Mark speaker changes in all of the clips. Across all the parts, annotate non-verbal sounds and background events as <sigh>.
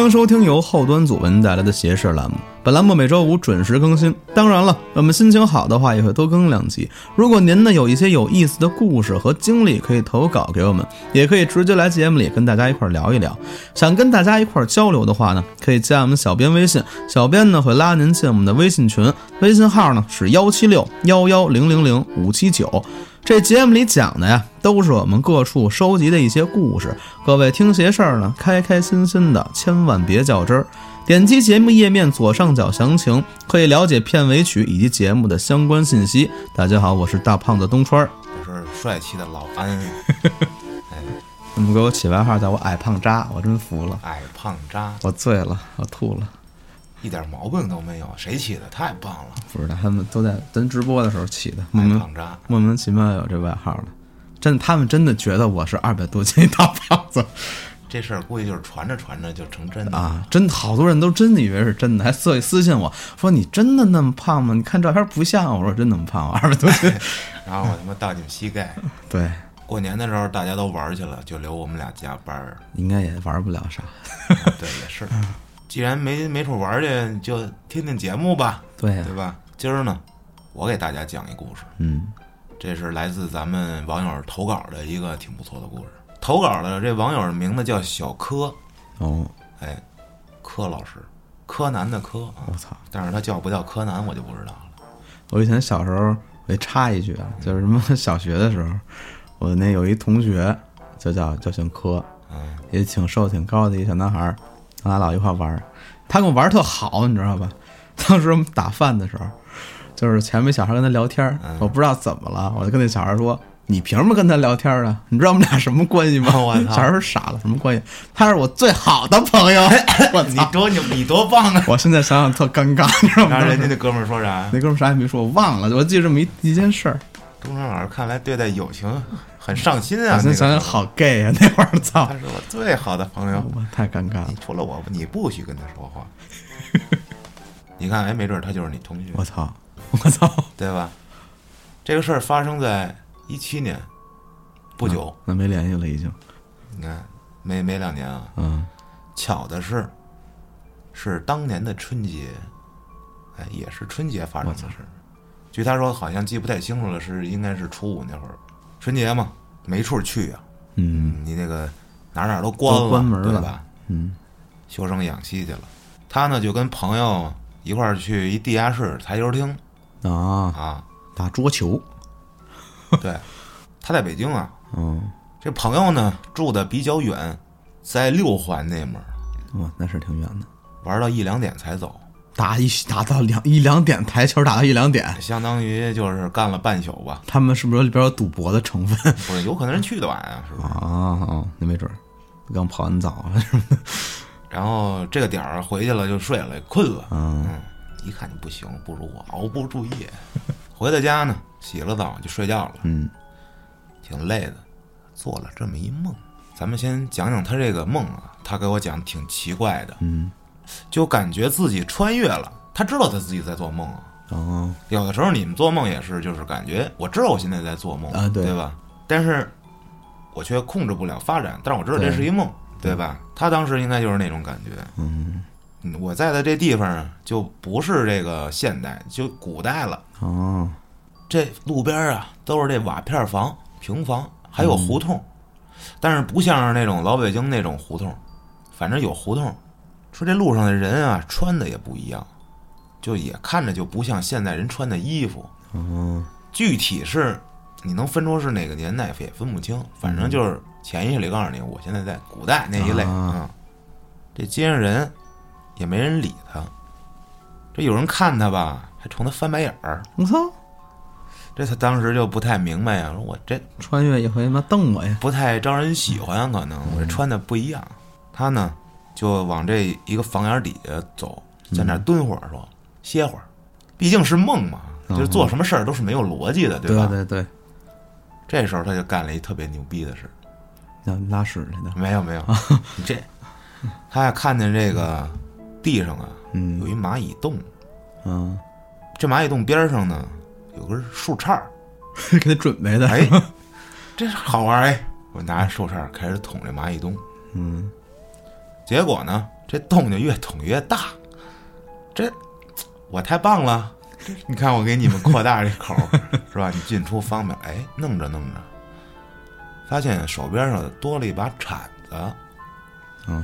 Speaker 1: 迎收听由后端组为您带来的“斜视”栏目。本栏目每周五准时更新。当然了，我们心情好的话也会多更两集。如果您呢有一些有意思的故事和经历，可以投稿给我们，也可以直接来节目里跟大家一块儿聊一聊。想跟大家一块儿交流的话呢，可以加我们小编微信，小编呢会拉您进我们的微信群，微信号呢是幺七六幺幺零零零五七九。这节目里讲的呀，都是我们各处收集的一些故事。各位听邪事儿呢，开开心心的，千万别较真儿。点击节目页面左上角详情，可以了解片尾曲以及节目的相关信息。大家好，我是大胖子东川儿。
Speaker 2: 我是帅气的老安，
Speaker 1: 你们给我起外号叫我矮胖渣，我真服了，
Speaker 2: 矮胖渣，
Speaker 1: 我醉了，我吐了。
Speaker 2: 一点毛病都没有，谁起的？太棒了！
Speaker 1: 不知道他们都在咱直播的时候起的，莫
Speaker 2: 矮
Speaker 1: 名
Speaker 2: 胖渣，
Speaker 1: 莫名其妙有这外号了。真的，他们真的觉得我是二百多斤大胖子。
Speaker 2: 这事儿估计就是传着传着就成真的。
Speaker 1: 啊，真的好多人都真的以为是真的，还私私信我说你真的那么胖吗？你看照片不像。我说真那么胖，二百多斤。
Speaker 2: 然后我他妈到你们膝盖。
Speaker 1: 对，
Speaker 2: 过年的时候大家都玩去了，就留我们俩加班儿。
Speaker 1: 应该也玩不了啥。
Speaker 2: 啊对，也是。既然没没处玩去，你就听听节目吧，
Speaker 1: 对啊呀、
Speaker 2: 对吧？今儿呢，我给大家讲一故事，
Speaker 1: 嗯，
Speaker 2: 这是来自咱们网友投稿的一个挺不错的故事。投稿的这网友的名字叫小柯，
Speaker 1: 哦，
Speaker 2: 哎，柯老师，柯南的柯啊
Speaker 1: 我。操！
Speaker 2: 但是他叫不叫柯南，我就不知道了。
Speaker 1: 我以前小时候，我插一句啊，就是什么小学的时候，我那有一同学就叫就姓柯，
Speaker 2: 嗯，
Speaker 1: 也挺瘦挺高的一小男孩儿，咱俩老一块玩儿，他跟我玩儿特好，你知道吧？ <laughs> 当时我们打饭的时候，就是前面小孩跟他聊天儿，
Speaker 2: 嗯
Speaker 1: 我不知道怎么了，我就跟那小孩说：“你凭什么跟他聊天儿啊？ <laughs> 你知道我们俩什么关系吗？”
Speaker 2: <laughs> 我操
Speaker 1: 小孩说傻了，什么关系？他是我最好的朋友。我
Speaker 2: 哎你
Speaker 1: 操！
Speaker 2: 多牛，你多棒 <laughs> 啊！
Speaker 1: 我现在想想特尴尬，你知道吗
Speaker 2: 然后？人家那哥们儿说啥？
Speaker 1: 那哥们儿啥也没说，我忘了，我记得这么一一件事儿。
Speaker 2: 东川老师看来对待友情很上心
Speaker 1: 我现
Speaker 2: 啊。那
Speaker 1: 在
Speaker 2: 个
Speaker 1: 想想好 gay 啊，那会儿操
Speaker 2: 他，是我最好的朋友，
Speaker 1: 我太尴尬了
Speaker 2: 你。除了我，你不许跟他说 <laughs> 话。你看，哎，没准他就是你同学，
Speaker 1: 我操！我操！
Speaker 2: 对吧？这个事儿发生在一七年，不久，
Speaker 1: 那没联系了已经。
Speaker 2: 你看，没没两年啊。
Speaker 1: 嗯，
Speaker 2: 巧的是，是当年的春节，哎，也是春节发生的事儿。据他说，好像记不太清楚了，是应该是初五那会儿，春节嘛，没处去啊，
Speaker 1: 嗯，
Speaker 2: 你那个哪儿哪儿都关了，
Speaker 1: 都关门了
Speaker 2: 对吧？
Speaker 1: 嗯，
Speaker 2: 休整养息去了。他呢就跟朋友一块儿去一地下室台
Speaker 1: <laughs>
Speaker 2: 球厅
Speaker 1: 啊，
Speaker 2: 啊，
Speaker 1: 打桌球，
Speaker 2: 对，他在北京啊，
Speaker 1: 嗯，
Speaker 2: 这朋友呢住的比较远，在六环那门儿
Speaker 1: 哇，那是挺远的，
Speaker 2: 玩到一两点才走，
Speaker 1: 打一打到两一两点，台球打到一两点，
Speaker 2: 相当于就是干了半宿吧。
Speaker 1: 他们是不是里边有赌博的成分
Speaker 2: 不是，有可能人去的晚啊，是不是？
Speaker 1: 啊？ <laughs> 哦，那没准儿，刚泡完澡，
Speaker 2: 然后这个点儿回去了就睡了，困了，
Speaker 1: <laughs> 嗯，
Speaker 2: 嗯，一看就不行，不如我熬不住夜。回到家呢，洗了澡就睡觉了，
Speaker 1: 嗯，
Speaker 2: 挺累的，做了这么一梦。咱们先讲讲他这个梦啊，他给我讲挺奇怪的，
Speaker 1: 嗯，
Speaker 2: 就感觉自己穿越了，他知道他自己在做梦啊。
Speaker 1: 哦，
Speaker 2: 有的时候你们做梦也是，就是感觉我知道我现在在做梦
Speaker 1: 啊对
Speaker 2: 对吧？但是我却控制不了发展，但是我知道这
Speaker 1: 对
Speaker 2: 是一梦，对吧？他当时应该就是那种感觉，
Speaker 1: 嗯，
Speaker 2: 嗯我在的这地方啊就不是这个现代，就古代了。
Speaker 1: 哦，
Speaker 2: 这路边啊都是这瓦片房、平房，还有胡同，但是不像是那种老北京那种胡同，反正有胡同。说这路上的人啊，穿的也不一样，就也看着就不像现代人穿的衣服。
Speaker 1: 哦，
Speaker 2: 具体是你能分出是哪个年代也分不清，反正就是潜意识里告诉你，我现在在古代那一类
Speaker 1: 啊
Speaker 2: 嗯。这街上人也没人理他，这有人看他吧，还冲他翻白眼儿，
Speaker 1: 我操，这
Speaker 2: 这他当时就不太明白呀、说我这
Speaker 1: 穿越一回，妈瞪我呀，
Speaker 2: 不太招人喜欢，可能我这穿的不一样。他呢就往这一个房檐底下走，在
Speaker 1: 嗯
Speaker 2: 那儿蹲会儿说，歇会儿，毕竟是梦嘛，就是做什么事儿都是没有逻辑的，
Speaker 1: 嗯对啊
Speaker 2: 吧？
Speaker 1: 对对，
Speaker 2: 这时候他就干了一特别牛逼的事儿，
Speaker 1: 要拉屎去的，
Speaker 2: 没有没有，
Speaker 1: 啊 <laughs>
Speaker 2: 你这他呀看见这个地上啊
Speaker 1: 嗯
Speaker 2: 有一蚂蚁洞，
Speaker 1: 嗯，
Speaker 2: 这蚂蚁洞边上呢有根树杈儿，
Speaker 1: <laughs> 给他准备的，
Speaker 2: 哎，这好玩儿哎！我拿着树杈儿开始捅这蚂蚁洞，
Speaker 1: 嗯，
Speaker 2: 结果呢这动静越捅越大，这我太棒了！你看我给你们扩大这口儿是吧？你进出方便。哎，弄着弄着，发现手边上多了一把铲子，
Speaker 1: 啊，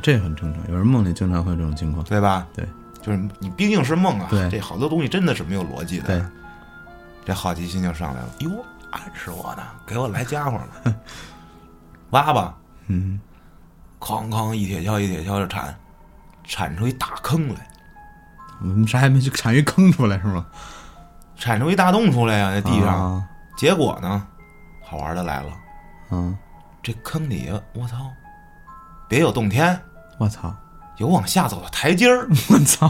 Speaker 1: 这很正常。有人梦里经常会有这种情况。
Speaker 2: 对吧？
Speaker 1: 对，
Speaker 2: 就是你毕竟是梦啊
Speaker 1: 对，
Speaker 2: 这好多东西真的是没有逻辑的。
Speaker 1: 对，
Speaker 2: 这好奇心就上来了，哟，暗示我呢，给我来家伙
Speaker 1: <laughs>
Speaker 2: 了，挖吧，
Speaker 1: 嗯，
Speaker 2: 哐哐一铁锹一铁锹就铲，铲出一大坑来，
Speaker 1: 我们啥也没去铲一坑出来是吗？
Speaker 2: 铲出一大洞出来呀、啊，在地上。
Speaker 1: 啊，
Speaker 2: 结果呢，好玩的来了，
Speaker 1: 啊，
Speaker 2: 这坑底下，我操，别有洞天，
Speaker 1: 我操， <laughs>
Speaker 2: 有往下走的台阶儿，
Speaker 1: 我操，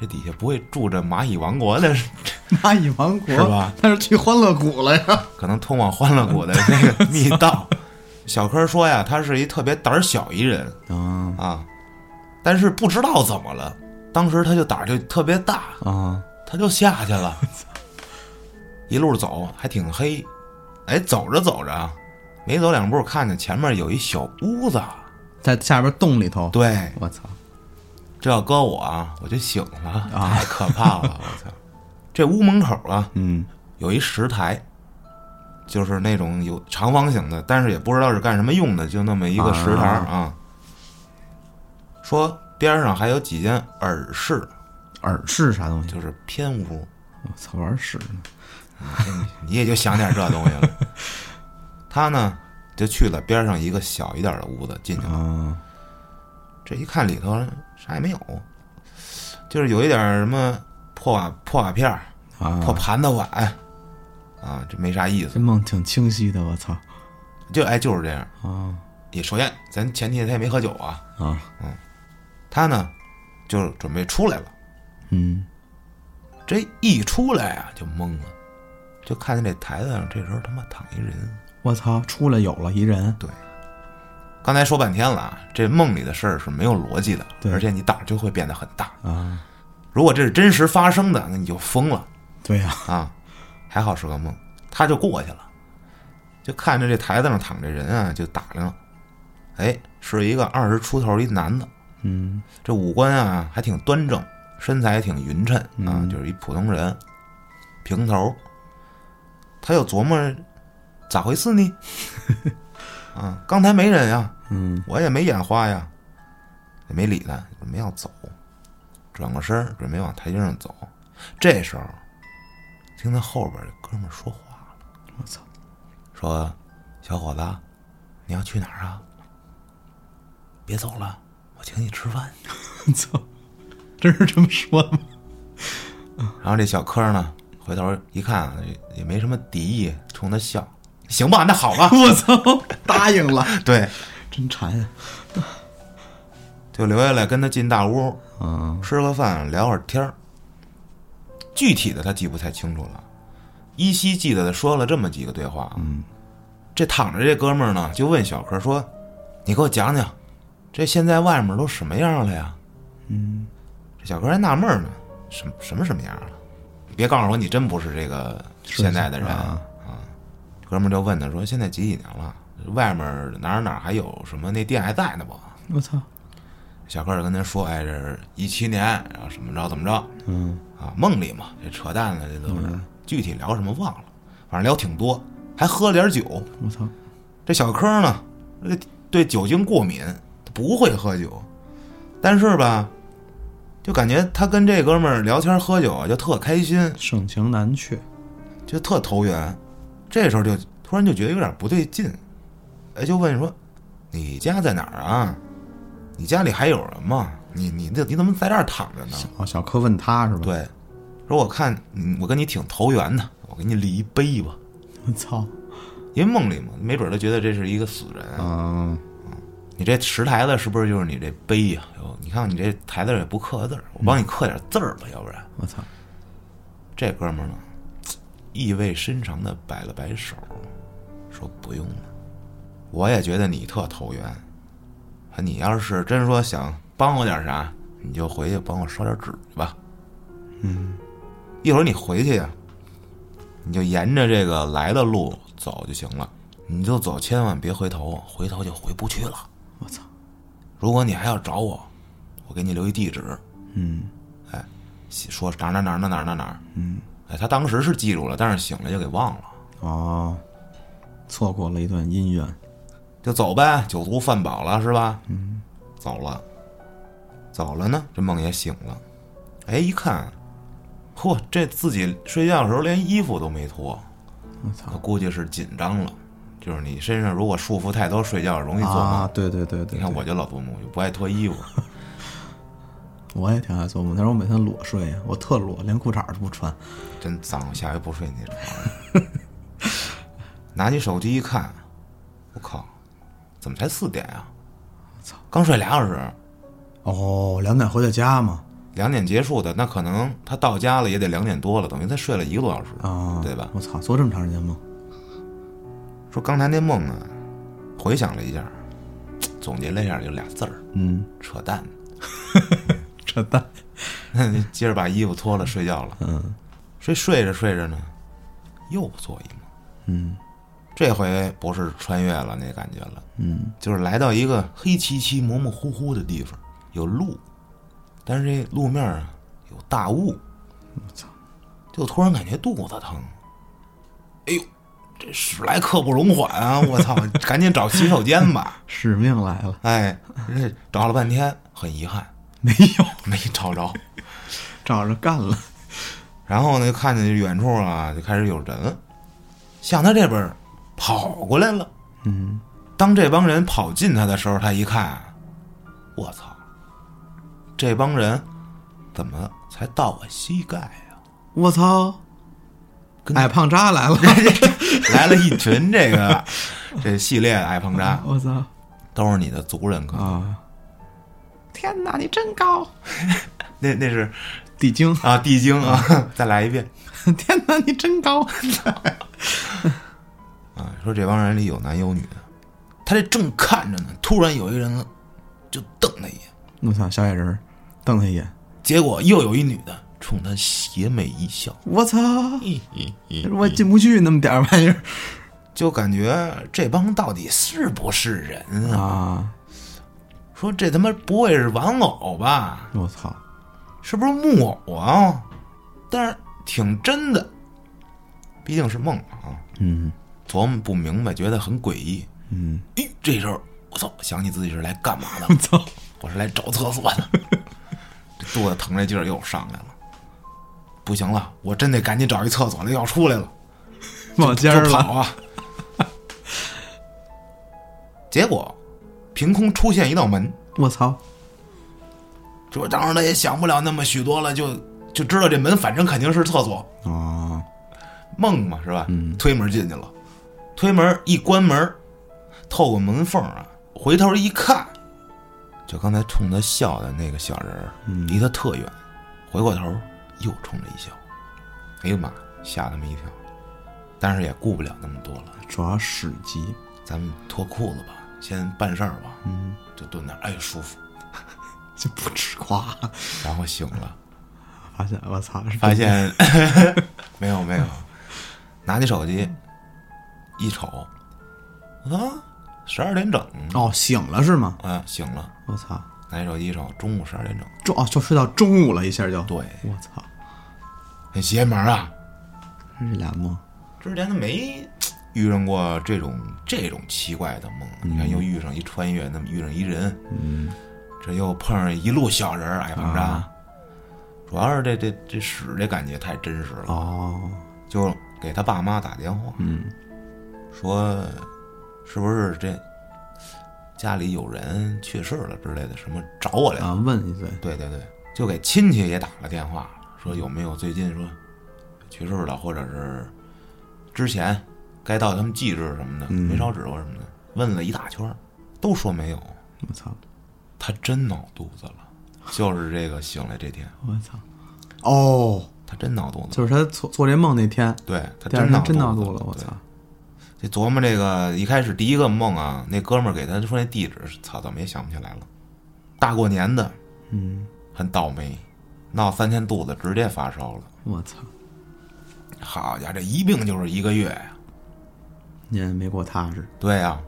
Speaker 2: 这底下不会住着蚂蚁王国的，
Speaker 1: <laughs> 蚂蚁王国
Speaker 2: 是吧？
Speaker 1: 那是去欢乐谷了呀。
Speaker 2: 可能通往欢乐谷的那个密道。 <laughs> 小柯说呀，他是一特别胆儿小一人，
Speaker 1: 啊
Speaker 2: 啊，但是不知道怎么了，当时他就胆儿就特别大，
Speaker 1: 啊，
Speaker 2: 他就下去了，一路走还挺黑，哎，走着走着啊，没走两步，看见前面有一小屋子，
Speaker 1: 在下边洞里头。，
Speaker 2: 对，
Speaker 1: 我操，
Speaker 2: 这要搁我啊，我就醒了，太可怕了，我操！这屋门口啊
Speaker 1: 嗯，
Speaker 2: 有一石台，就是那种有长方形的，但是也不知道是干什么用的，就那么一个石台儿啊。说边上还有几间耳室，
Speaker 1: 耳是啥东西？
Speaker 2: 就是偏屋，
Speaker 1: 我操，玩屎呢？
Speaker 2: 你也就想点这东西了。他呢，就去了边上一个小一点的屋子进去了。
Speaker 1: 啊，
Speaker 2: 这一看里头啥也没有，就是有一点儿什么破瓦破瓦片儿、
Speaker 1: 啊
Speaker 2: 破盘子碗，啊，这没啥意思
Speaker 1: 这。梦挺清晰的，我操。
Speaker 2: 就哎就是这样。
Speaker 1: 啊
Speaker 2: 也首先，咱前提他也没喝酒啊。
Speaker 1: 啊，
Speaker 2: 他呢，就准备出来了。
Speaker 1: 嗯，
Speaker 2: 这一出来啊，就懵了，就看见这台子上这时候他妈躺一人。
Speaker 1: 我操，出来有了一人。
Speaker 2: 对，刚才说半天了啊，这梦里的事儿是没有逻辑的，
Speaker 1: 对
Speaker 2: 而且你胆儿就会变得很大。
Speaker 1: 啊，
Speaker 2: 如果这是真实发生的，那你就疯了
Speaker 1: 对呀、
Speaker 2: 啊！还好是个梦，他就过去了，就看着这台子上躺着人啊，就打量了，哎，是一个二十出头一男的，
Speaker 1: 嗯
Speaker 2: 这五官啊还挺端正，身材也挺匀称啊，
Speaker 1: 嗯
Speaker 2: 就是一普通人，平头。他又琢磨咋回事
Speaker 1: <laughs>
Speaker 2: 呢？啊，刚才没人呀、
Speaker 1: 嗯
Speaker 2: 我也没眼花呀，也没理他，准备要走，转过身儿准备往台阶上走。这时候，听他后边儿这哥们儿说话了，
Speaker 1: 我操，
Speaker 2: 说：“小伙子，你要去哪儿啊？别走了，我请你吃饭。
Speaker 1: 我操，真是这么说的吗？”
Speaker 2: 然后这小柯呢，回头一看啊也也没什么敌意，冲他笑：“行吧，那好吧。
Speaker 1: 我操，答应了，”
Speaker 2: 对，
Speaker 1: <laughs> 真馋呀、
Speaker 2: 就留下来跟他进大屋，
Speaker 1: 啊！啊，
Speaker 2: 吃个饭，聊会儿天儿。具体的他记不太清楚了，依稀记得他说了这么几个对话。嗯，这躺着这哥们儿呢，就问小柯说：“你给我讲讲，这现在外面都什么样了呀？”嗯，这小柯还纳闷呢，什么什么什么样了？你别告诉我你真不是这个现在的人
Speaker 1: 啊
Speaker 2: 哥们儿就问他说：“现在几几年了？外面哪儿哪儿还有什么那店还在呢不？”
Speaker 1: 我操，
Speaker 2: 小柯就跟他说：“哎，这是一七年，然后怎么着怎么着
Speaker 1: 嗯
Speaker 2: 啊？梦里嘛，这扯淡的这都是。具体聊什么忘了，反正聊挺多，还喝了点酒。
Speaker 1: 我操，
Speaker 2: 这小柯呢，这对酒精过敏，他不会喝酒，但是吧，就感觉他跟这哥们儿聊天喝酒啊，就特开心，
Speaker 1: 盛情难却。
Speaker 2: 就特投缘。这时候就突然就觉得有点不对劲，哎，就问说：“你家在哪儿啊？你家里还有人吗？你你这你怎么在这儿躺着呢？”
Speaker 1: 哦，小柯问他是吧？，
Speaker 2: 对，说我看嗯我跟你挺投缘的，我给你立一碑吧，
Speaker 1: 我操，
Speaker 2: 因为梦里嘛，没准儿他觉得这是一个死人。啊
Speaker 1: 嗯，
Speaker 2: 你这石台子是不是就是你这碑呀、哟你看你这台子上也不刻字儿，我帮你刻点字儿吧，要不然
Speaker 1: 我操，
Speaker 2: 这哥们儿呢，意味深长的摆了摆手，说不用了。我也觉得你特投缘，啊你要是真说想帮我点啥，你就回去帮我烧点纸去吧。嗯，一会儿你回去呀，你就沿着这个来的路走就行了，你就走，千万别回头，回头就回不去了。
Speaker 1: 我操，
Speaker 2: 如果你还要找我，我给你留一地址，哎
Speaker 1: 嗯
Speaker 2: 说哪儿哪儿哪儿哪儿哪儿哪儿哪儿。
Speaker 1: 嗯，
Speaker 2: 哎，他当时是记住了，但是醒了就给忘了，
Speaker 1: 哦，错过了一段姻缘，
Speaker 2: 就走呗，酒足饭饱了是吧？嗯，走了，走了呢，这梦也醒了，哎，一看，嚯，这自己睡觉的时候连衣服都没脱，
Speaker 1: 我操
Speaker 2: 我估计是紧张了，就是你身上如果束缚太多，睡觉容易做梦。
Speaker 1: 啊！对对对对，
Speaker 2: 你看
Speaker 1: 对
Speaker 2: 我就老做梦，我就不爱脱
Speaker 1: <laughs>
Speaker 2: 衣服。
Speaker 1: 我也挺爱做梦，但是我每天裸睡，我特裸，连裤衩都不穿。
Speaker 2: 真脏，下回不睡你这床上。拿起手机一看，我靠，怎么才四点啊？
Speaker 1: 操，
Speaker 2: 刚睡俩小时，
Speaker 1: 哦，两点回的家嘛，
Speaker 2: 两点结束的，那可能他到家了也得两点多了，等于他睡了一个多小时，
Speaker 1: 啊，
Speaker 2: 对吧？
Speaker 1: 我操，做这么长时间梦，
Speaker 2: 说刚才那梦啊，回想了一下，总结了一下，就俩字儿：
Speaker 1: 嗯，
Speaker 2: 扯淡。
Speaker 1: 扯淡，
Speaker 2: 接着把衣服脱了，睡觉了。
Speaker 1: 嗯
Speaker 2: 睡睡着睡着呢，又做一梦。
Speaker 1: 嗯
Speaker 2: 这回不是穿越了那感觉了，
Speaker 1: 嗯，
Speaker 2: 就是来到一个黑漆漆、模模糊糊的地方，有路，但是这路面啊有大雾，
Speaker 1: 我操，
Speaker 2: 就突然感觉肚子疼。哎呦，这史来刻不容缓啊！
Speaker 1: <laughs>
Speaker 2: 我操，赶紧找洗手间吧。
Speaker 1: 使命来了，
Speaker 2: 哎，这找了半天，很遗憾
Speaker 1: 没有，
Speaker 2: 没找着。
Speaker 1: 照着干了，
Speaker 2: 然后呢，就看见远处啊就开始有人向他这边儿跑过来了。
Speaker 1: 嗯，
Speaker 2: 当这帮人跑近他的时候，他一看，我操，这帮人怎么才到我膝盖呀、
Speaker 1: 我操，
Speaker 2: 跟
Speaker 1: 矮哎胖渣 <laughs> 来了，
Speaker 2: 来了一群这个这系列的矮胖渣，
Speaker 1: 我操
Speaker 2: 都是你的族人，可能
Speaker 1: 啊！天哪，你真高，
Speaker 2: 那那是
Speaker 1: 地精， <laughs>
Speaker 2: 啊地精啊， <laughs> 再来一遍
Speaker 1: 天哪，你真高，
Speaker 2: 啊。说这帮人里有男有女的，他这正看着呢，突然有一人就瞪他一眼，
Speaker 1: 我操，小矮人儿瞪他一眼，
Speaker 2: 结果又有一女的冲他邪魅一笑，
Speaker 1: 我操，我进不去那么点儿玩意儿
Speaker 2: 就感觉这帮到底是不是人啊？
Speaker 1: 啊！
Speaker 2: 说这他妈不会是玩偶吧？
Speaker 1: 我操，
Speaker 2: 是不是木偶啊？但是挺真的，毕竟是梦啊。
Speaker 1: 嗯
Speaker 2: 琢磨不明白，觉得很诡异。
Speaker 1: 嗯，
Speaker 2: 哎，这时候我操，想起自己是来干嘛的
Speaker 1: 我
Speaker 2: 了，
Speaker 1: 操，
Speaker 2: 我是来找厕所的。这肚子疼这劲儿又上来了，不行了，我真得赶紧找一厕所了，要出来了，
Speaker 1: 冒尖儿
Speaker 2: 就
Speaker 1: 了
Speaker 2: 跑，啊！ <laughs> 结果，凭空出现一道门，
Speaker 1: 我操，
Speaker 2: 就是当时他也想不了那么许多了，就就知道这门反正肯定是厕所，
Speaker 1: 啊，
Speaker 2: 梦嘛是吧？推门进去了，推门一关门，透过门缝啊，回头一看，就刚才冲他笑的那个小人儿，离他特远，回过头又冲他一笑，哎呀妈，吓他们一跳，但是也顾不了那么多了，
Speaker 1: 主要屎 <laughs> 急，
Speaker 2: 咱们脱裤子吧，先办事儿吧，嗯，就蹲那儿，哎舒服，
Speaker 1: 就不吃夸，
Speaker 2: 然后醒了。
Speaker 1: 发现我操，是
Speaker 2: 发现 <laughs> 没有没有，拿起手机一瞅，啊，十二点整，
Speaker 1: 哦醒了是吗？
Speaker 2: 啊，醒了，
Speaker 1: 我操，
Speaker 2: 拿起手机一瞅，中午十二点整，
Speaker 1: 中哦就睡到中午了，一下就，
Speaker 2: 对，
Speaker 1: 我操，
Speaker 2: 很邪门啊！
Speaker 1: 这是俩梦，
Speaker 2: 之前他没遇上过这种这种奇怪的梦，啊你看又遇上一穿越，那么遇上一人，嗯，这又碰上一路小人儿矮胖渣，
Speaker 1: 啊
Speaker 2: 主要是这这这屎这感觉太真实了。
Speaker 1: 哦，
Speaker 2: 就给他爸妈打电话，嗯，说是不是这家里有人去世了之类的，什么找我来了？
Speaker 1: 啊问一嘴，
Speaker 2: 对对对，就给亲戚也打了电话，说有没有最近说去世了，或者是之前该到他们忌日什么的，没
Speaker 1: 嗯
Speaker 2: 烧纸或什么的，问了一大圈儿，都说没有，
Speaker 1: 我操，
Speaker 2: 他真闹肚子了，就是这个醒来这天，
Speaker 1: 我操，哦，
Speaker 2: 他真闹肚子，
Speaker 1: 就是他做做这梦那天，
Speaker 2: 对他
Speaker 1: 第二天
Speaker 2: 真闹
Speaker 1: 啊真闹
Speaker 2: 肚
Speaker 1: 肚了，我
Speaker 2: 对
Speaker 1: 操，
Speaker 2: 这琢磨这个，一开始第一个梦啊，那哥们儿给他说那地址，操，怎么也想不起来了。大过年的，
Speaker 1: 嗯，
Speaker 2: 很倒霉，闹三天肚子，直接发烧了。
Speaker 1: 我操，
Speaker 2: 好家伙，这一病就是一个月呀！
Speaker 1: 年没过踏实，
Speaker 2: 对呀、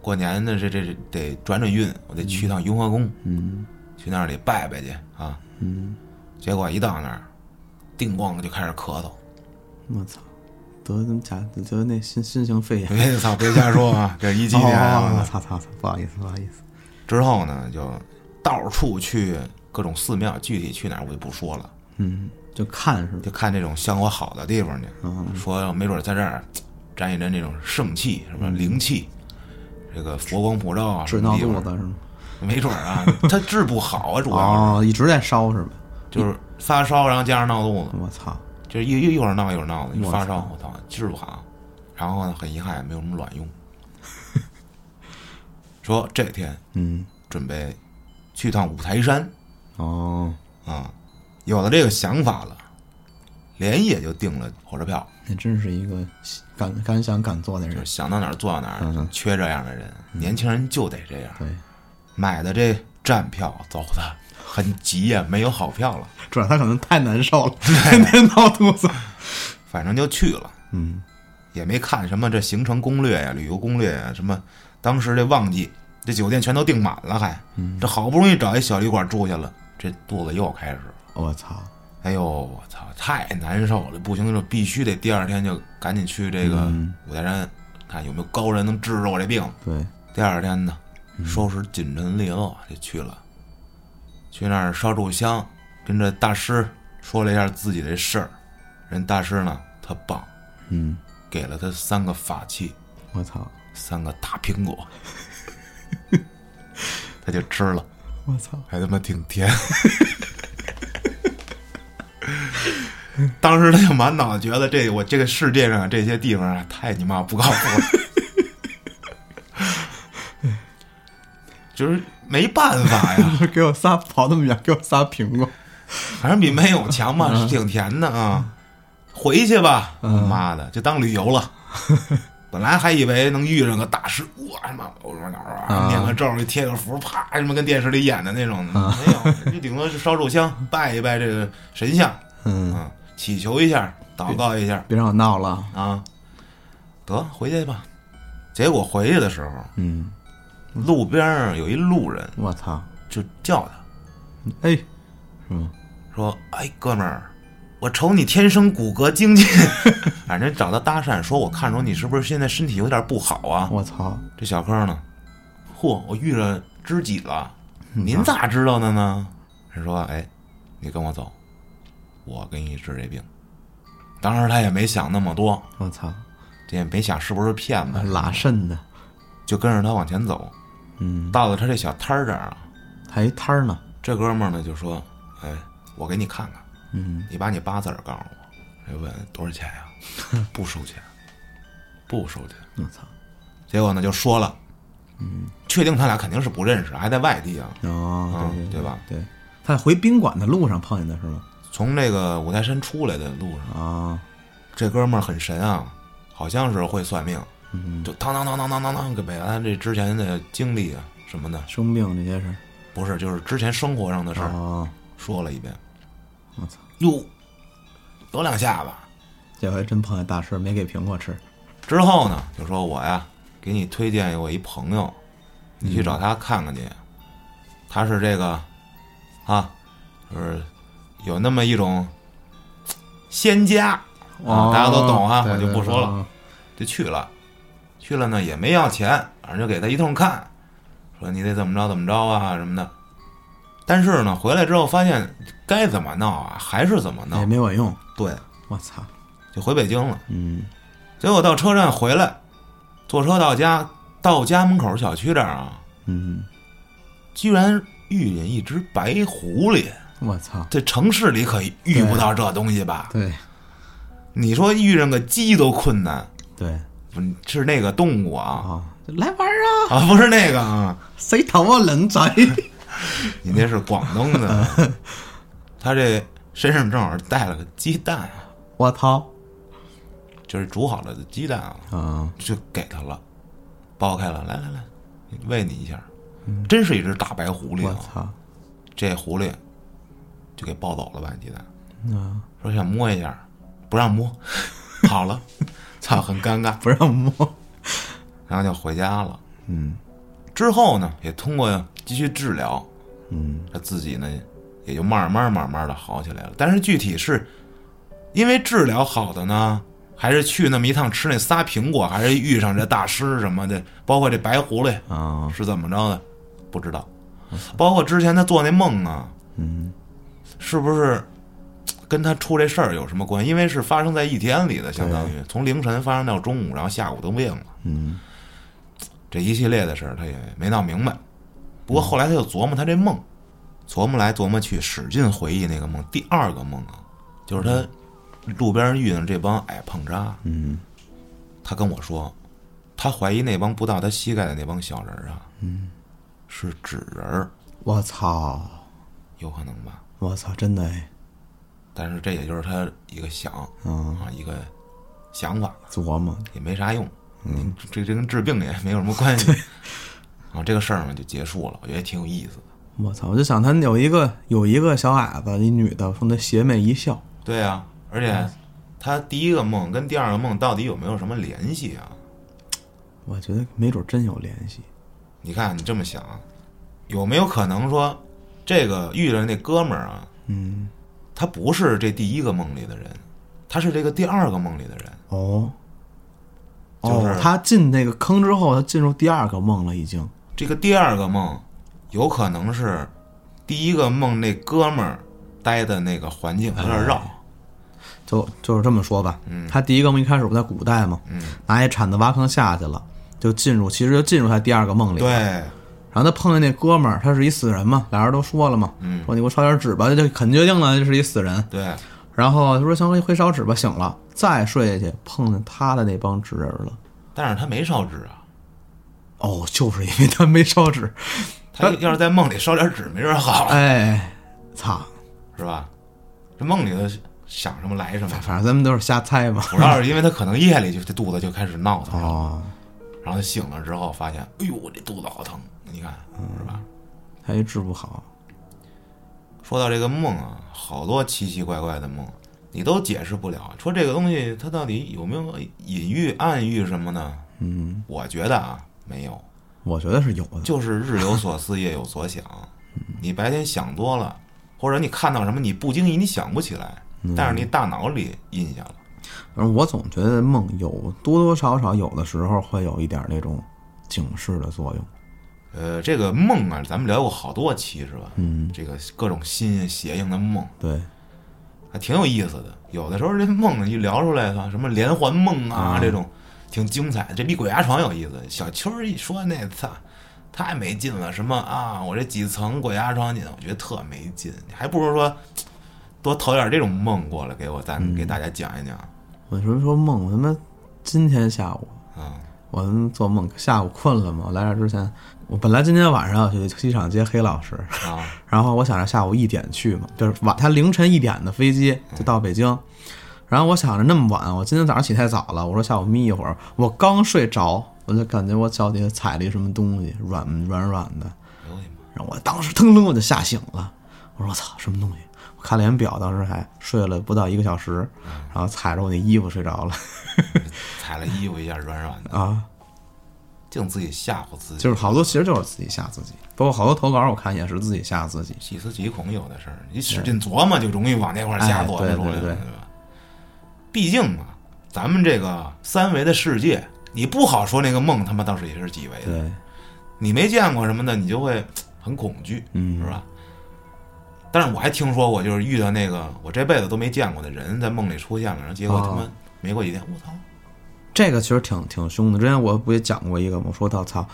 Speaker 2: 过年的这这这得转转运，我得去趟雍和宫。
Speaker 1: 嗯，
Speaker 2: 去那里拜拜去啊。嗯，结果一到那儿，叮咣就开始咳嗽。
Speaker 1: 我操，得假得那新新型肺炎。
Speaker 2: 别哎操，别瞎
Speaker 1: <laughs>
Speaker 2: 说啊！这一七年啊，
Speaker 1: 哦，操操操，不好意思，不好意思。
Speaker 2: 之后呢，就到处去各种寺庙，具体去哪儿我就不说了，
Speaker 1: 嗯，就看是吧？
Speaker 2: 就看这种香火好的地方去。
Speaker 1: 嗯
Speaker 2: 说没准在这儿沾一沾这种圣气，什么灵气，这个佛光普照啊，
Speaker 1: 治
Speaker 2: 什
Speaker 1: 嗯
Speaker 2: 么
Speaker 1: 闹
Speaker 2: 地
Speaker 1: 肚
Speaker 2: 方
Speaker 1: 子是吗？
Speaker 2: 没准儿啊，他治不好啊，主要
Speaker 1: 哦，一直在烧是吧？
Speaker 2: 就是发烧，然后加上闹肚子，
Speaker 1: 我操，
Speaker 2: 就是一一一会儿闹一会儿闹的，
Speaker 1: 我
Speaker 2: 发烧，我操，治不好。然后呢，很遗憾也没有什么卵用。说这天
Speaker 1: 嗯，
Speaker 2: 准备去趟五台山，
Speaker 1: 哦，
Speaker 2: 啊，有了这个想法了，连夜就订了火车票，
Speaker 1: 那真是一个敢敢想敢做的
Speaker 2: 就
Speaker 1: 人
Speaker 2: 是。想到哪儿坐到哪儿，
Speaker 1: 嗯
Speaker 2: 缺这样的人，年轻人就得这样。
Speaker 1: 对，
Speaker 2: 买的这站票走的很急呀、没有好票了，
Speaker 1: 主要他可能太难受了， <laughs> 天天闹肚子。
Speaker 2: 反正就去了，
Speaker 1: 嗯，
Speaker 2: 也没看什么这行程攻略呀、旅游攻略呀什么，当时这旺季，这酒店全都订满了还，这好不容易找一小旅馆住下了，这肚子又开始了。
Speaker 1: 我操，
Speaker 2: 哎呦，我操，太难受了，不行，就必须得第二天就赶紧去这个五台山，看有没有高人能治治我这病。
Speaker 1: 对，
Speaker 2: 第二天呢，收拾锦陈利落就去了，去那儿烧炷香，跟这大师说了一下自己的事儿。人大师呢，他棒，
Speaker 1: 嗯，
Speaker 2: 给了他三个法器，
Speaker 1: 我操，
Speaker 2: 三个大苹果， <laughs> 他就吃了，
Speaker 1: 我操， <laughs>
Speaker 2: 还他妈挺甜。 <laughs> 当时他就满脑子觉得这我这个世界上这些地方啊，太你妈不靠谱了，就是没办法呀，
Speaker 1: 给我仨跑那么远，给我仨苹果。
Speaker 2: 反正比没有强
Speaker 1: 嗯
Speaker 2: 嘛，是挺甜的啊。回去吧，妈的，就当旅
Speaker 1: <laughs>
Speaker 2: 游了。本来还以为能遇上个大师，哇他妈，我说哪儿啊
Speaker 1: 啊
Speaker 2: 念个咒，贴个符，啪，什么跟电视里演的那种的，
Speaker 1: 啊
Speaker 2: 没有，就顶多是烧炷香，
Speaker 1: <laughs>
Speaker 2: 拜一拜这个神像，
Speaker 1: 嗯，
Speaker 2: 啊，祈求一下，祷告一下
Speaker 1: 别让我闹了。
Speaker 2: 啊，得回去吧。结果回去的时候，
Speaker 1: 嗯，
Speaker 2: 路边儿有一路人
Speaker 1: 我操，
Speaker 2: 就叫他，
Speaker 1: 哎，是吗？
Speaker 2: 说：“哎，哥们儿，我瞅你天生骨骼精进， <laughs> 反正找他搭讪，说我看着你是不是现在身体有点不好啊
Speaker 1: 我操，？”
Speaker 2: 这小哥呢，嚯，我遇着知己了，您咋知道的呢？人说：“哎，你跟我走，我给你治这病。”当时他也没想那么多，
Speaker 1: 我操，
Speaker 2: 也没想是不是骗子，
Speaker 1: 拉肾的，
Speaker 2: 就跟着他往前走。
Speaker 1: 嗯，
Speaker 2: 到了他这小摊儿这儿啊，
Speaker 1: 还一摊儿呢。
Speaker 2: 这哥们儿呢就说：“哎，我给你看看。”
Speaker 1: 嗯，
Speaker 2: 你把你八字儿告诉我，就哎问多少钱呀、不收钱，不收钱。
Speaker 1: 我操，
Speaker 2: 结果呢，就说了，嗯，确定他俩肯定是不认识，还在外地啊。
Speaker 1: 哦，对
Speaker 2: 嗯对吧？
Speaker 1: 对，他回宾馆的路上碰见的是吗？
Speaker 2: 从这个五台山出来的路上，
Speaker 1: 啊，
Speaker 2: 这哥们儿很神啊，好像是会算命，就当当当当当当当给北安这之前的经历啊什么的，
Speaker 1: 生病这些事儿。
Speaker 2: 不是，就是之前生活上的事儿
Speaker 1: 哦，
Speaker 2: 说了一遍。
Speaker 1: 我操，
Speaker 2: 哟，有两下吧。
Speaker 1: 这回真碰见大事儿，没给苹果吃。
Speaker 2: 之后呢，就说我呀，给你推荐我一朋友，你去找他看看去。他是这个啊，就是有那么一种嘖仙家啊，大家都懂啊，
Speaker 1: 对
Speaker 2: 我就
Speaker 1: 对
Speaker 2: 不说了，
Speaker 1: 嗯
Speaker 2: 就去了。去了呢也没要钱，反正就给他一通看，说你得怎么着怎么着啊什么的。但是呢，回来之后发现该怎么闹啊，还是怎么闹
Speaker 1: 也。没我用。
Speaker 2: 对，
Speaker 1: 我操，
Speaker 2: 就回北京了。
Speaker 1: 嗯，
Speaker 2: 结果到车站回来，坐车到家，到家门口小区这儿啊，
Speaker 1: 嗯，
Speaker 2: 居然遇见一只白狐狸。
Speaker 1: 我操，
Speaker 2: 这城市里可遇不到这东西吧？
Speaker 1: 对
Speaker 2: 你说遇上个鸡都困难，
Speaker 1: 对
Speaker 2: 不是那个动物啊
Speaker 1: 啊，来玩儿啊，
Speaker 2: 啊，不是那个啊，
Speaker 1: 谁讨我人贼？
Speaker 2: 你那是广东的。他这身上正好带了个鸡蛋，
Speaker 1: <laughs> 我操
Speaker 2: 就是煮好了的鸡蛋啊，
Speaker 1: 啊，
Speaker 2: 就给他了，剥开了，来来来，喂你一下。真是一只大白狐狸
Speaker 1: 嗯我
Speaker 2: 啊！
Speaker 1: 操
Speaker 2: 这狐狸就给抱走了吧，鸡蛋，
Speaker 1: 啊，
Speaker 2: 说想摸一下，不让摸，跑了， <laughs> 操，很尴尬，
Speaker 1: 不让摸。
Speaker 2: 然后就回家了。
Speaker 1: 嗯
Speaker 2: 之后呢，也通过继续治疗，
Speaker 1: 嗯
Speaker 2: 他自己呢也就慢慢慢慢的好起来了。但是具体是因为治疗好的呢，还是去那么一趟吃那仨苹果，还是遇上这大师什么的，包括这白狐狸
Speaker 1: 啊，
Speaker 2: 是怎么着的，不知道。包括之前他做那梦啊，
Speaker 1: 嗯
Speaker 2: 是不是跟他出这事儿有什么关系？因为是发生在一天里的，相当于从凌晨发生到中午，然后下午得病了。
Speaker 1: 啊嗯
Speaker 2: 这一系列的事儿，他也没闹明白。不过后来他就琢磨他这梦，琢磨来琢磨去，使劲回忆那个梦。第二个梦啊，就是他路边遇上这帮矮胖渣，
Speaker 1: 嗯
Speaker 2: 他跟我说，他怀疑那帮不到他膝盖的那帮小人儿啊，嗯，是纸人儿，
Speaker 1: 我操，
Speaker 2: 有可能吧？
Speaker 1: 我操，真的哎，
Speaker 2: 但是这也就是他一个想
Speaker 1: 嗯，
Speaker 2: 啊，一个想法，
Speaker 1: 琢磨，
Speaker 2: 也没啥用。嗯，这这跟治病也没有什么关系。啊，这个事儿嘛就结束了，我觉得挺有意思的。
Speaker 1: 我操，我就想他有一个有一个小矮子，一女的，冲他邪魅一笑，
Speaker 2: 对啊，而且他第一个梦跟第二个梦到底有没有什么联系啊？
Speaker 1: 我觉得没准真有联系，
Speaker 2: 你看，你这么想，啊有没有可能说，这个遇着那哥们儿啊，
Speaker 1: 嗯，
Speaker 2: 他不是这第一个梦里的人，他是这个第二个梦里的人？
Speaker 1: 哦。
Speaker 2: 就是
Speaker 1: 哦，他进那个坑之后，他进入第二个梦了，已经。
Speaker 2: 这个第二个梦，有可能是第一个梦那哥们儿待的那个环境有点绕，
Speaker 1: 就就是这么说吧，
Speaker 2: 嗯
Speaker 1: 他第一个梦一开始不在古代嘛，拿一铲子挖坑下去了，就进入，其实就进入他第二个梦里。
Speaker 2: 对，
Speaker 1: 然后他碰见那哥们儿，他是一死人嘛，俩人都说了嘛，
Speaker 2: 嗯
Speaker 1: 说你给我烧点纸吧，就肯决定了这是一死人。
Speaker 2: 对，
Speaker 1: 然后他说行，会烧纸吧，醒了，再睡下去，碰见他的那帮纸人了。
Speaker 2: 但是他没烧纸啊，
Speaker 1: 哦，就是因为他没烧纸，
Speaker 2: 他要是在梦里烧点纸，没准儿好了，
Speaker 1: 哎，操，
Speaker 2: 是吧？这梦里头想什么来什么。
Speaker 1: 反正咱们都是瞎猜嘛。
Speaker 2: 主要是因为他可能夜里就这肚子就开始闹腾，
Speaker 1: 哦，
Speaker 2: 然后他醒了之后发现，哎呦，我这肚子好疼，你看是吧？
Speaker 1: 他也治不好，
Speaker 2: 说到这个梦啊，好多奇奇怪怪的梦，你都解释不了。说这个东西它到底有没有隐喻、暗喻什么呢？嗯，我觉得啊，没有，
Speaker 1: 我觉得是有的。
Speaker 2: 就是日有所思，夜有所想。你白天想多了，或者你看到什么，你不经意你想不起来，但是你大脑里印象了。
Speaker 1: 而我总觉得梦有多多少少有的时候会有一点那种警示的作用。
Speaker 2: 呃，这个梦啊，咱们聊过好多期是吧？
Speaker 1: 嗯，
Speaker 2: 这个各种新邪性的梦
Speaker 1: 对，
Speaker 2: 还挺有意思的。有的时候这梦一聊出来哈，什么连环梦啊、这种，挺精彩。这比鬼压床有意思。小秋儿一说那操，太没劲了。什么啊，我这几层鬼压床紧，我觉得特没劲。你还不如说多投点这种梦过来给我，咱给大家讲一讲。
Speaker 1: 我什么说梦，我他妈今天下午
Speaker 2: 嗯，
Speaker 1: 我他妈做梦，下午困了嘛，我来这儿之前，我本来今天晚上要去机场接黑老师，
Speaker 2: 啊，
Speaker 1: 然后我想着下午一点去嘛，就是晚他凌晨一点的飞机就到北京。然后我想着那么晚，我今天早上起太早了，我说下午眯一会儿。我刚睡着，我就感觉我脚底下踩了一什么东西，软软软的。
Speaker 2: 哎呦我的妈！
Speaker 1: 然后我当时腾楞我就吓醒了，我说我操，什么东西？我看了眼表，当时还睡了不到一个小时，然后踩着我那衣服睡着了 <laughs>
Speaker 2: 踩了衣服一下软软的，
Speaker 1: 啊！
Speaker 2: 净自己吓唬自己，
Speaker 1: 就是好多其实就是自己吓自己，包括好多投稿我看也是自己吓自己。
Speaker 2: 细思极恐，有的事儿你使劲琢磨，就容易往那块儿瞎琢磨出来
Speaker 1: 哎对
Speaker 2: 了，
Speaker 1: 对对
Speaker 2: 吧？毕竟嘛，咱们这个三维的世界，你不好说那个梦他妈倒是也是几维的，
Speaker 1: 对，
Speaker 2: 你没见过什么的，你就会很恐惧，
Speaker 1: 嗯
Speaker 2: 是吧？但是我还听说过，就是遇到那个我这辈子都没见过的人在梦里出现了，然后结果
Speaker 1: 哦
Speaker 2: 他妈没过几天，我操，
Speaker 1: 这个其实挺挺凶的。之前我不也讲过一个吗？我说到操，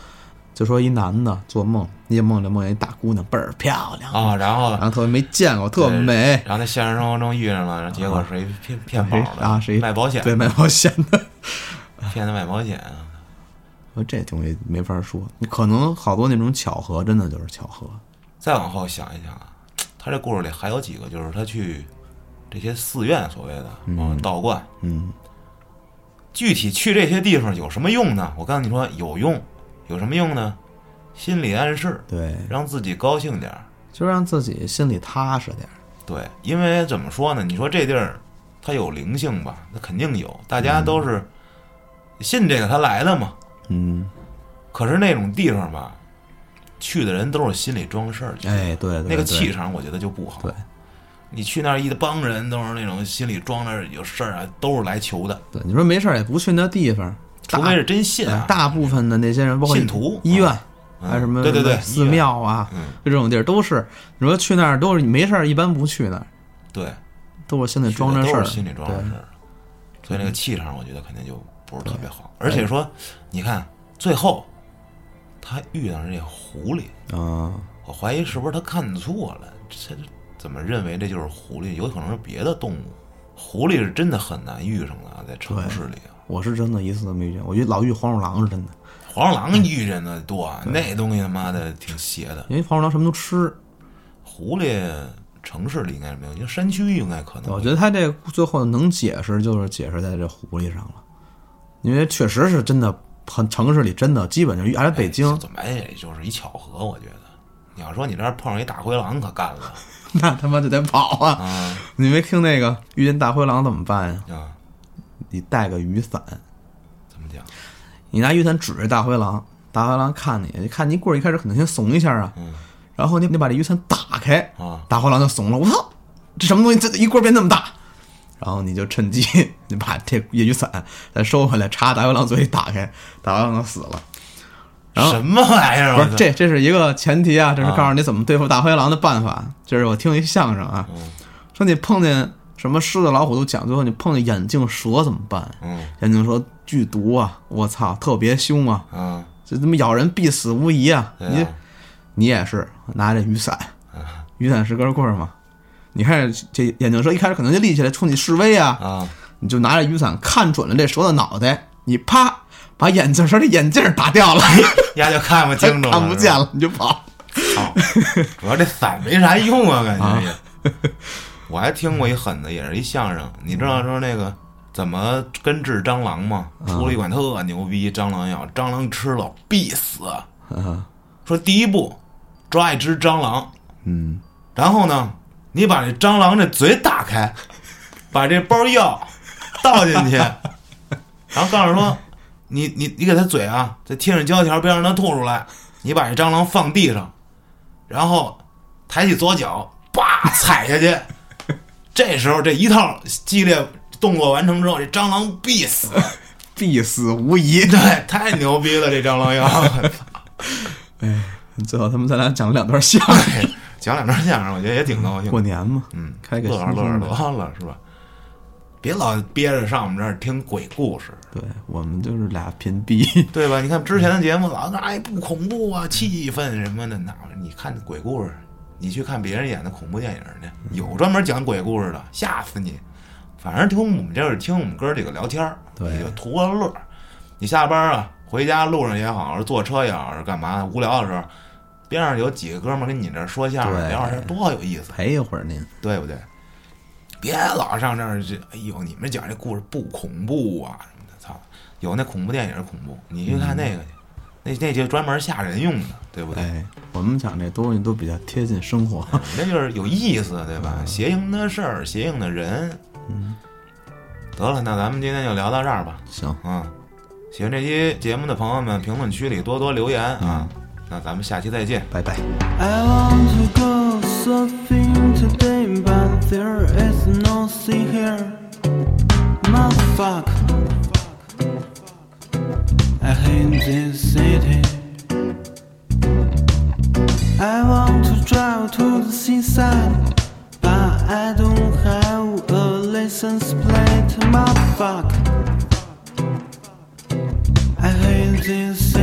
Speaker 1: 就说一男的做梦，夜梦里梦见一大姑娘倍儿漂亮，
Speaker 2: 啊，然后
Speaker 1: 然后特别没见过，特
Speaker 2: 对
Speaker 1: 美，
Speaker 2: 然后在现实生活中遇上了，然后结果是一骗骗保
Speaker 1: 谁
Speaker 2: 的
Speaker 1: 啊谁
Speaker 2: 卖保险，
Speaker 1: 对卖保险的。
Speaker 2: 骗他卖保险，啊
Speaker 1: 我说这东西没法说，你可能好多那种巧合，真的就是巧合。
Speaker 2: 再往后想一想啊，他这故事里还有几个，就是他去这些寺院所谓的，嗯，道观，
Speaker 1: 嗯，
Speaker 2: 具体去这些地方有什么用呢？我告诉你说有用，有什么用呢？心理暗示，
Speaker 1: 对，
Speaker 2: 让自己高兴点儿。
Speaker 1: 就让自己心里踏实点儿。
Speaker 2: 对，因为怎么说呢？你说这地儿它有灵性吧？那肯定有，大家都是信这个他来的嘛。
Speaker 1: 嗯，
Speaker 2: 可是那种地方吧，去的人都是心里装事儿去，
Speaker 1: 哎，对对，
Speaker 2: 那
Speaker 1: 对
Speaker 2: 个气场我觉得就不好。
Speaker 1: 对，
Speaker 2: 你去那儿一帮人都是那种心里装着有事儿啊，都是来求的，
Speaker 1: 对，你说没事儿也不去那地方，
Speaker 2: 除非是真信啊。
Speaker 1: 大部分的那些人，包括
Speaker 2: 信徒
Speaker 1: 医院，
Speaker 2: 嗯
Speaker 1: 还有什么
Speaker 2: 对对对
Speaker 1: 寺庙啊，
Speaker 2: 嗯，
Speaker 1: 就这种地儿都是，你说去那儿都是没事儿，一般不去那儿，
Speaker 2: 对，
Speaker 1: 都是心里装着
Speaker 2: 去
Speaker 1: 事
Speaker 2: 的
Speaker 1: 儿
Speaker 2: 都是，心里装着事儿，所以那个气场我觉得肯定就不是特别好。而且说，你看最后他遇到这狐狸，
Speaker 1: 啊，
Speaker 2: 我怀疑是不是他看错了，这这怎么认为这就是狐狸？有可能是别的动物。狐狸是真的很难遇上的啊，在城市里啊，
Speaker 1: 我是真的一次都没遇见，我觉得老遇黄鼠狼是真的，
Speaker 2: 黄鼠狼遇见的多啊，那东西他妈的挺邪的。
Speaker 1: 因为黄鼠狼什么都吃，
Speaker 2: 狐狸城市里应该是没有，因为山区应该可能。
Speaker 1: 我觉得他这最后能解释就是解释在这狐狸上了，因为确实是真的，很城市里真的基本就遇，而且北京、
Speaker 2: 怎么也就是一巧合，我觉得。你要说你这儿碰上一大灰狼，可干了
Speaker 1: <laughs> 那他妈就得跑啊！
Speaker 2: 啊
Speaker 1: 你没听那个遇见大灰狼怎么办呀、
Speaker 2: 啊！
Speaker 1: 你带个雨伞，
Speaker 2: 怎么讲？
Speaker 1: 你拿雨伞指着大灰狼，大灰狼看你，看你一棍儿一开始肯定先怂一下啊，
Speaker 2: 嗯
Speaker 1: 然后你你把这雨伞打开，
Speaker 2: 啊，
Speaker 1: 大灰狼就怂了，我操，这什么东西，这一棍儿变那么大，然后你就趁机你把这雨伞再收回来，插大灰狼嘴里打开，大灰狼就死
Speaker 2: 啊
Speaker 1: 了。然后
Speaker 2: 什么玩意儿？
Speaker 1: 不
Speaker 2: 我
Speaker 1: 是，
Speaker 2: 操
Speaker 1: 这这是一个前提啊，这是告诉你怎么对付大灰狼的办法。就是我听一相声啊，
Speaker 2: 嗯
Speaker 1: 说你碰见什么狮子、老虎都讲，最后你碰见眼镜蛇怎么办？
Speaker 2: 嗯
Speaker 1: 眼镜蛇剧毒啊，我操，特别凶啊，
Speaker 2: 啊，
Speaker 1: 这他妈咬人必死无疑啊！
Speaker 2: 对
Speaker 1: 你
Speaker 2: 啊
Speaker 1: 你也是拿着雨伞，雨伞是根棍儿嘛。你看这眼镜蛇一开始可能就立起来冲你示威啊，
Speaker 2: 啊，
Speaker 1: 你就拿着雨伞看准了这蛇的脑袋，你啪把眼镜蛇的眼镜打掉了，
Speaker 2: 哎丫就看不清楚，
Speaker 1: 看不见。了，你就跑。啊
Speaker 2: 操，主要这伞没啥用啊，感觉也。 <laughs> 我还听过一狠的，也是一相声。你知道说那个怎么根治蟑螂吗？
Speaker 1: 啊
Speaker 2: 出了一款特牛逼蟑螂药，蟑螂吃了必死。
Speaker 1: 啊，
Speaker 2: 说第一步，抓一只蟑螂，
Speaker 1: 嗯，
Speaker 2: 然后呢，你把这蟑螂这嘴打
Speaker 1: <laughs>
Speaker 2: 开，把这包药倒进去，然后告诉说，你你你给它嘴啊，再贴上胶条，别让它吐出来。你把这蟑螂放地上，然后抬起左脚，叭踩下去。这时候这一套激烈动作完成之后，这蟑螂必死。
Speaker 1: 必死无疑。
Speaker 2: 对，太牛逼了，这蟑螂药。
Speaker 1: 最后他们咱俩讲了两段相声，
Speaker 2: 讲两段相声，我觉得也挺高兴。
Speaker 1: 过年嘛，
Speaker 2: 哎嗯，
Speaker 1: 开个
Speaker 2: 乐呵
Speaker 1: 新
Speaker 2: 乐呵
Speaker 1: 春
Speaker 2: 得
Speaker 1: 吧。
Speaker 2: 了是吧？别老憋着上我们这儿听鬼故事，
Speaker 1: 对我们就是俩贫逼，
Speaker 2: 对吧？你看之前的节目老那哎不恐怖啊，气氛什么的，哪有你看鬼故事，你去看别人演的恐怖电影去，有专门讲鬼故事的，吓死你。反正听我们这儿听我们哥儿几个聊天儿，
Speaker 1: 对
Speaker 2: 你就图个乐儿。你下班啊，回家路上也好，是坐车也好，是干嘛无聊的时候，边上有几个哥们儿跟你这儿说相声
Speaker 1: 对
Speaker 2: 聊会儿天儿，多有意思。
Speaker 1: 陪一会儿您。
Speaker 2: 对不对？别老上这儿去，哎呦，你们讲这故事不恐怖啊什么的，操！有那恐怖电影恐怖，你去看那个去，那那就专门吓人用的，对不对？哎
Speaker 1: 哎，我们讲这东西都比较贴近生活。
Speaker 2: 那就是有意思，对吧？邪性的事儿，邪性的人。嗯，得了，那咱们今天就聊到这儿吧。
Speaker 1: 行，
Speaker 2: 嗯，喜欢这期节目的朋友们，评论区里多多留言啊。那咱们下期再见。
Speaker 1: 拜拜。
Speaker 3: I want to go surfing today, but there is no sea here. Motherfuck. I hate this city. I want to drive to the seaside, but I don't have a license plate. Motherfuck. I hate this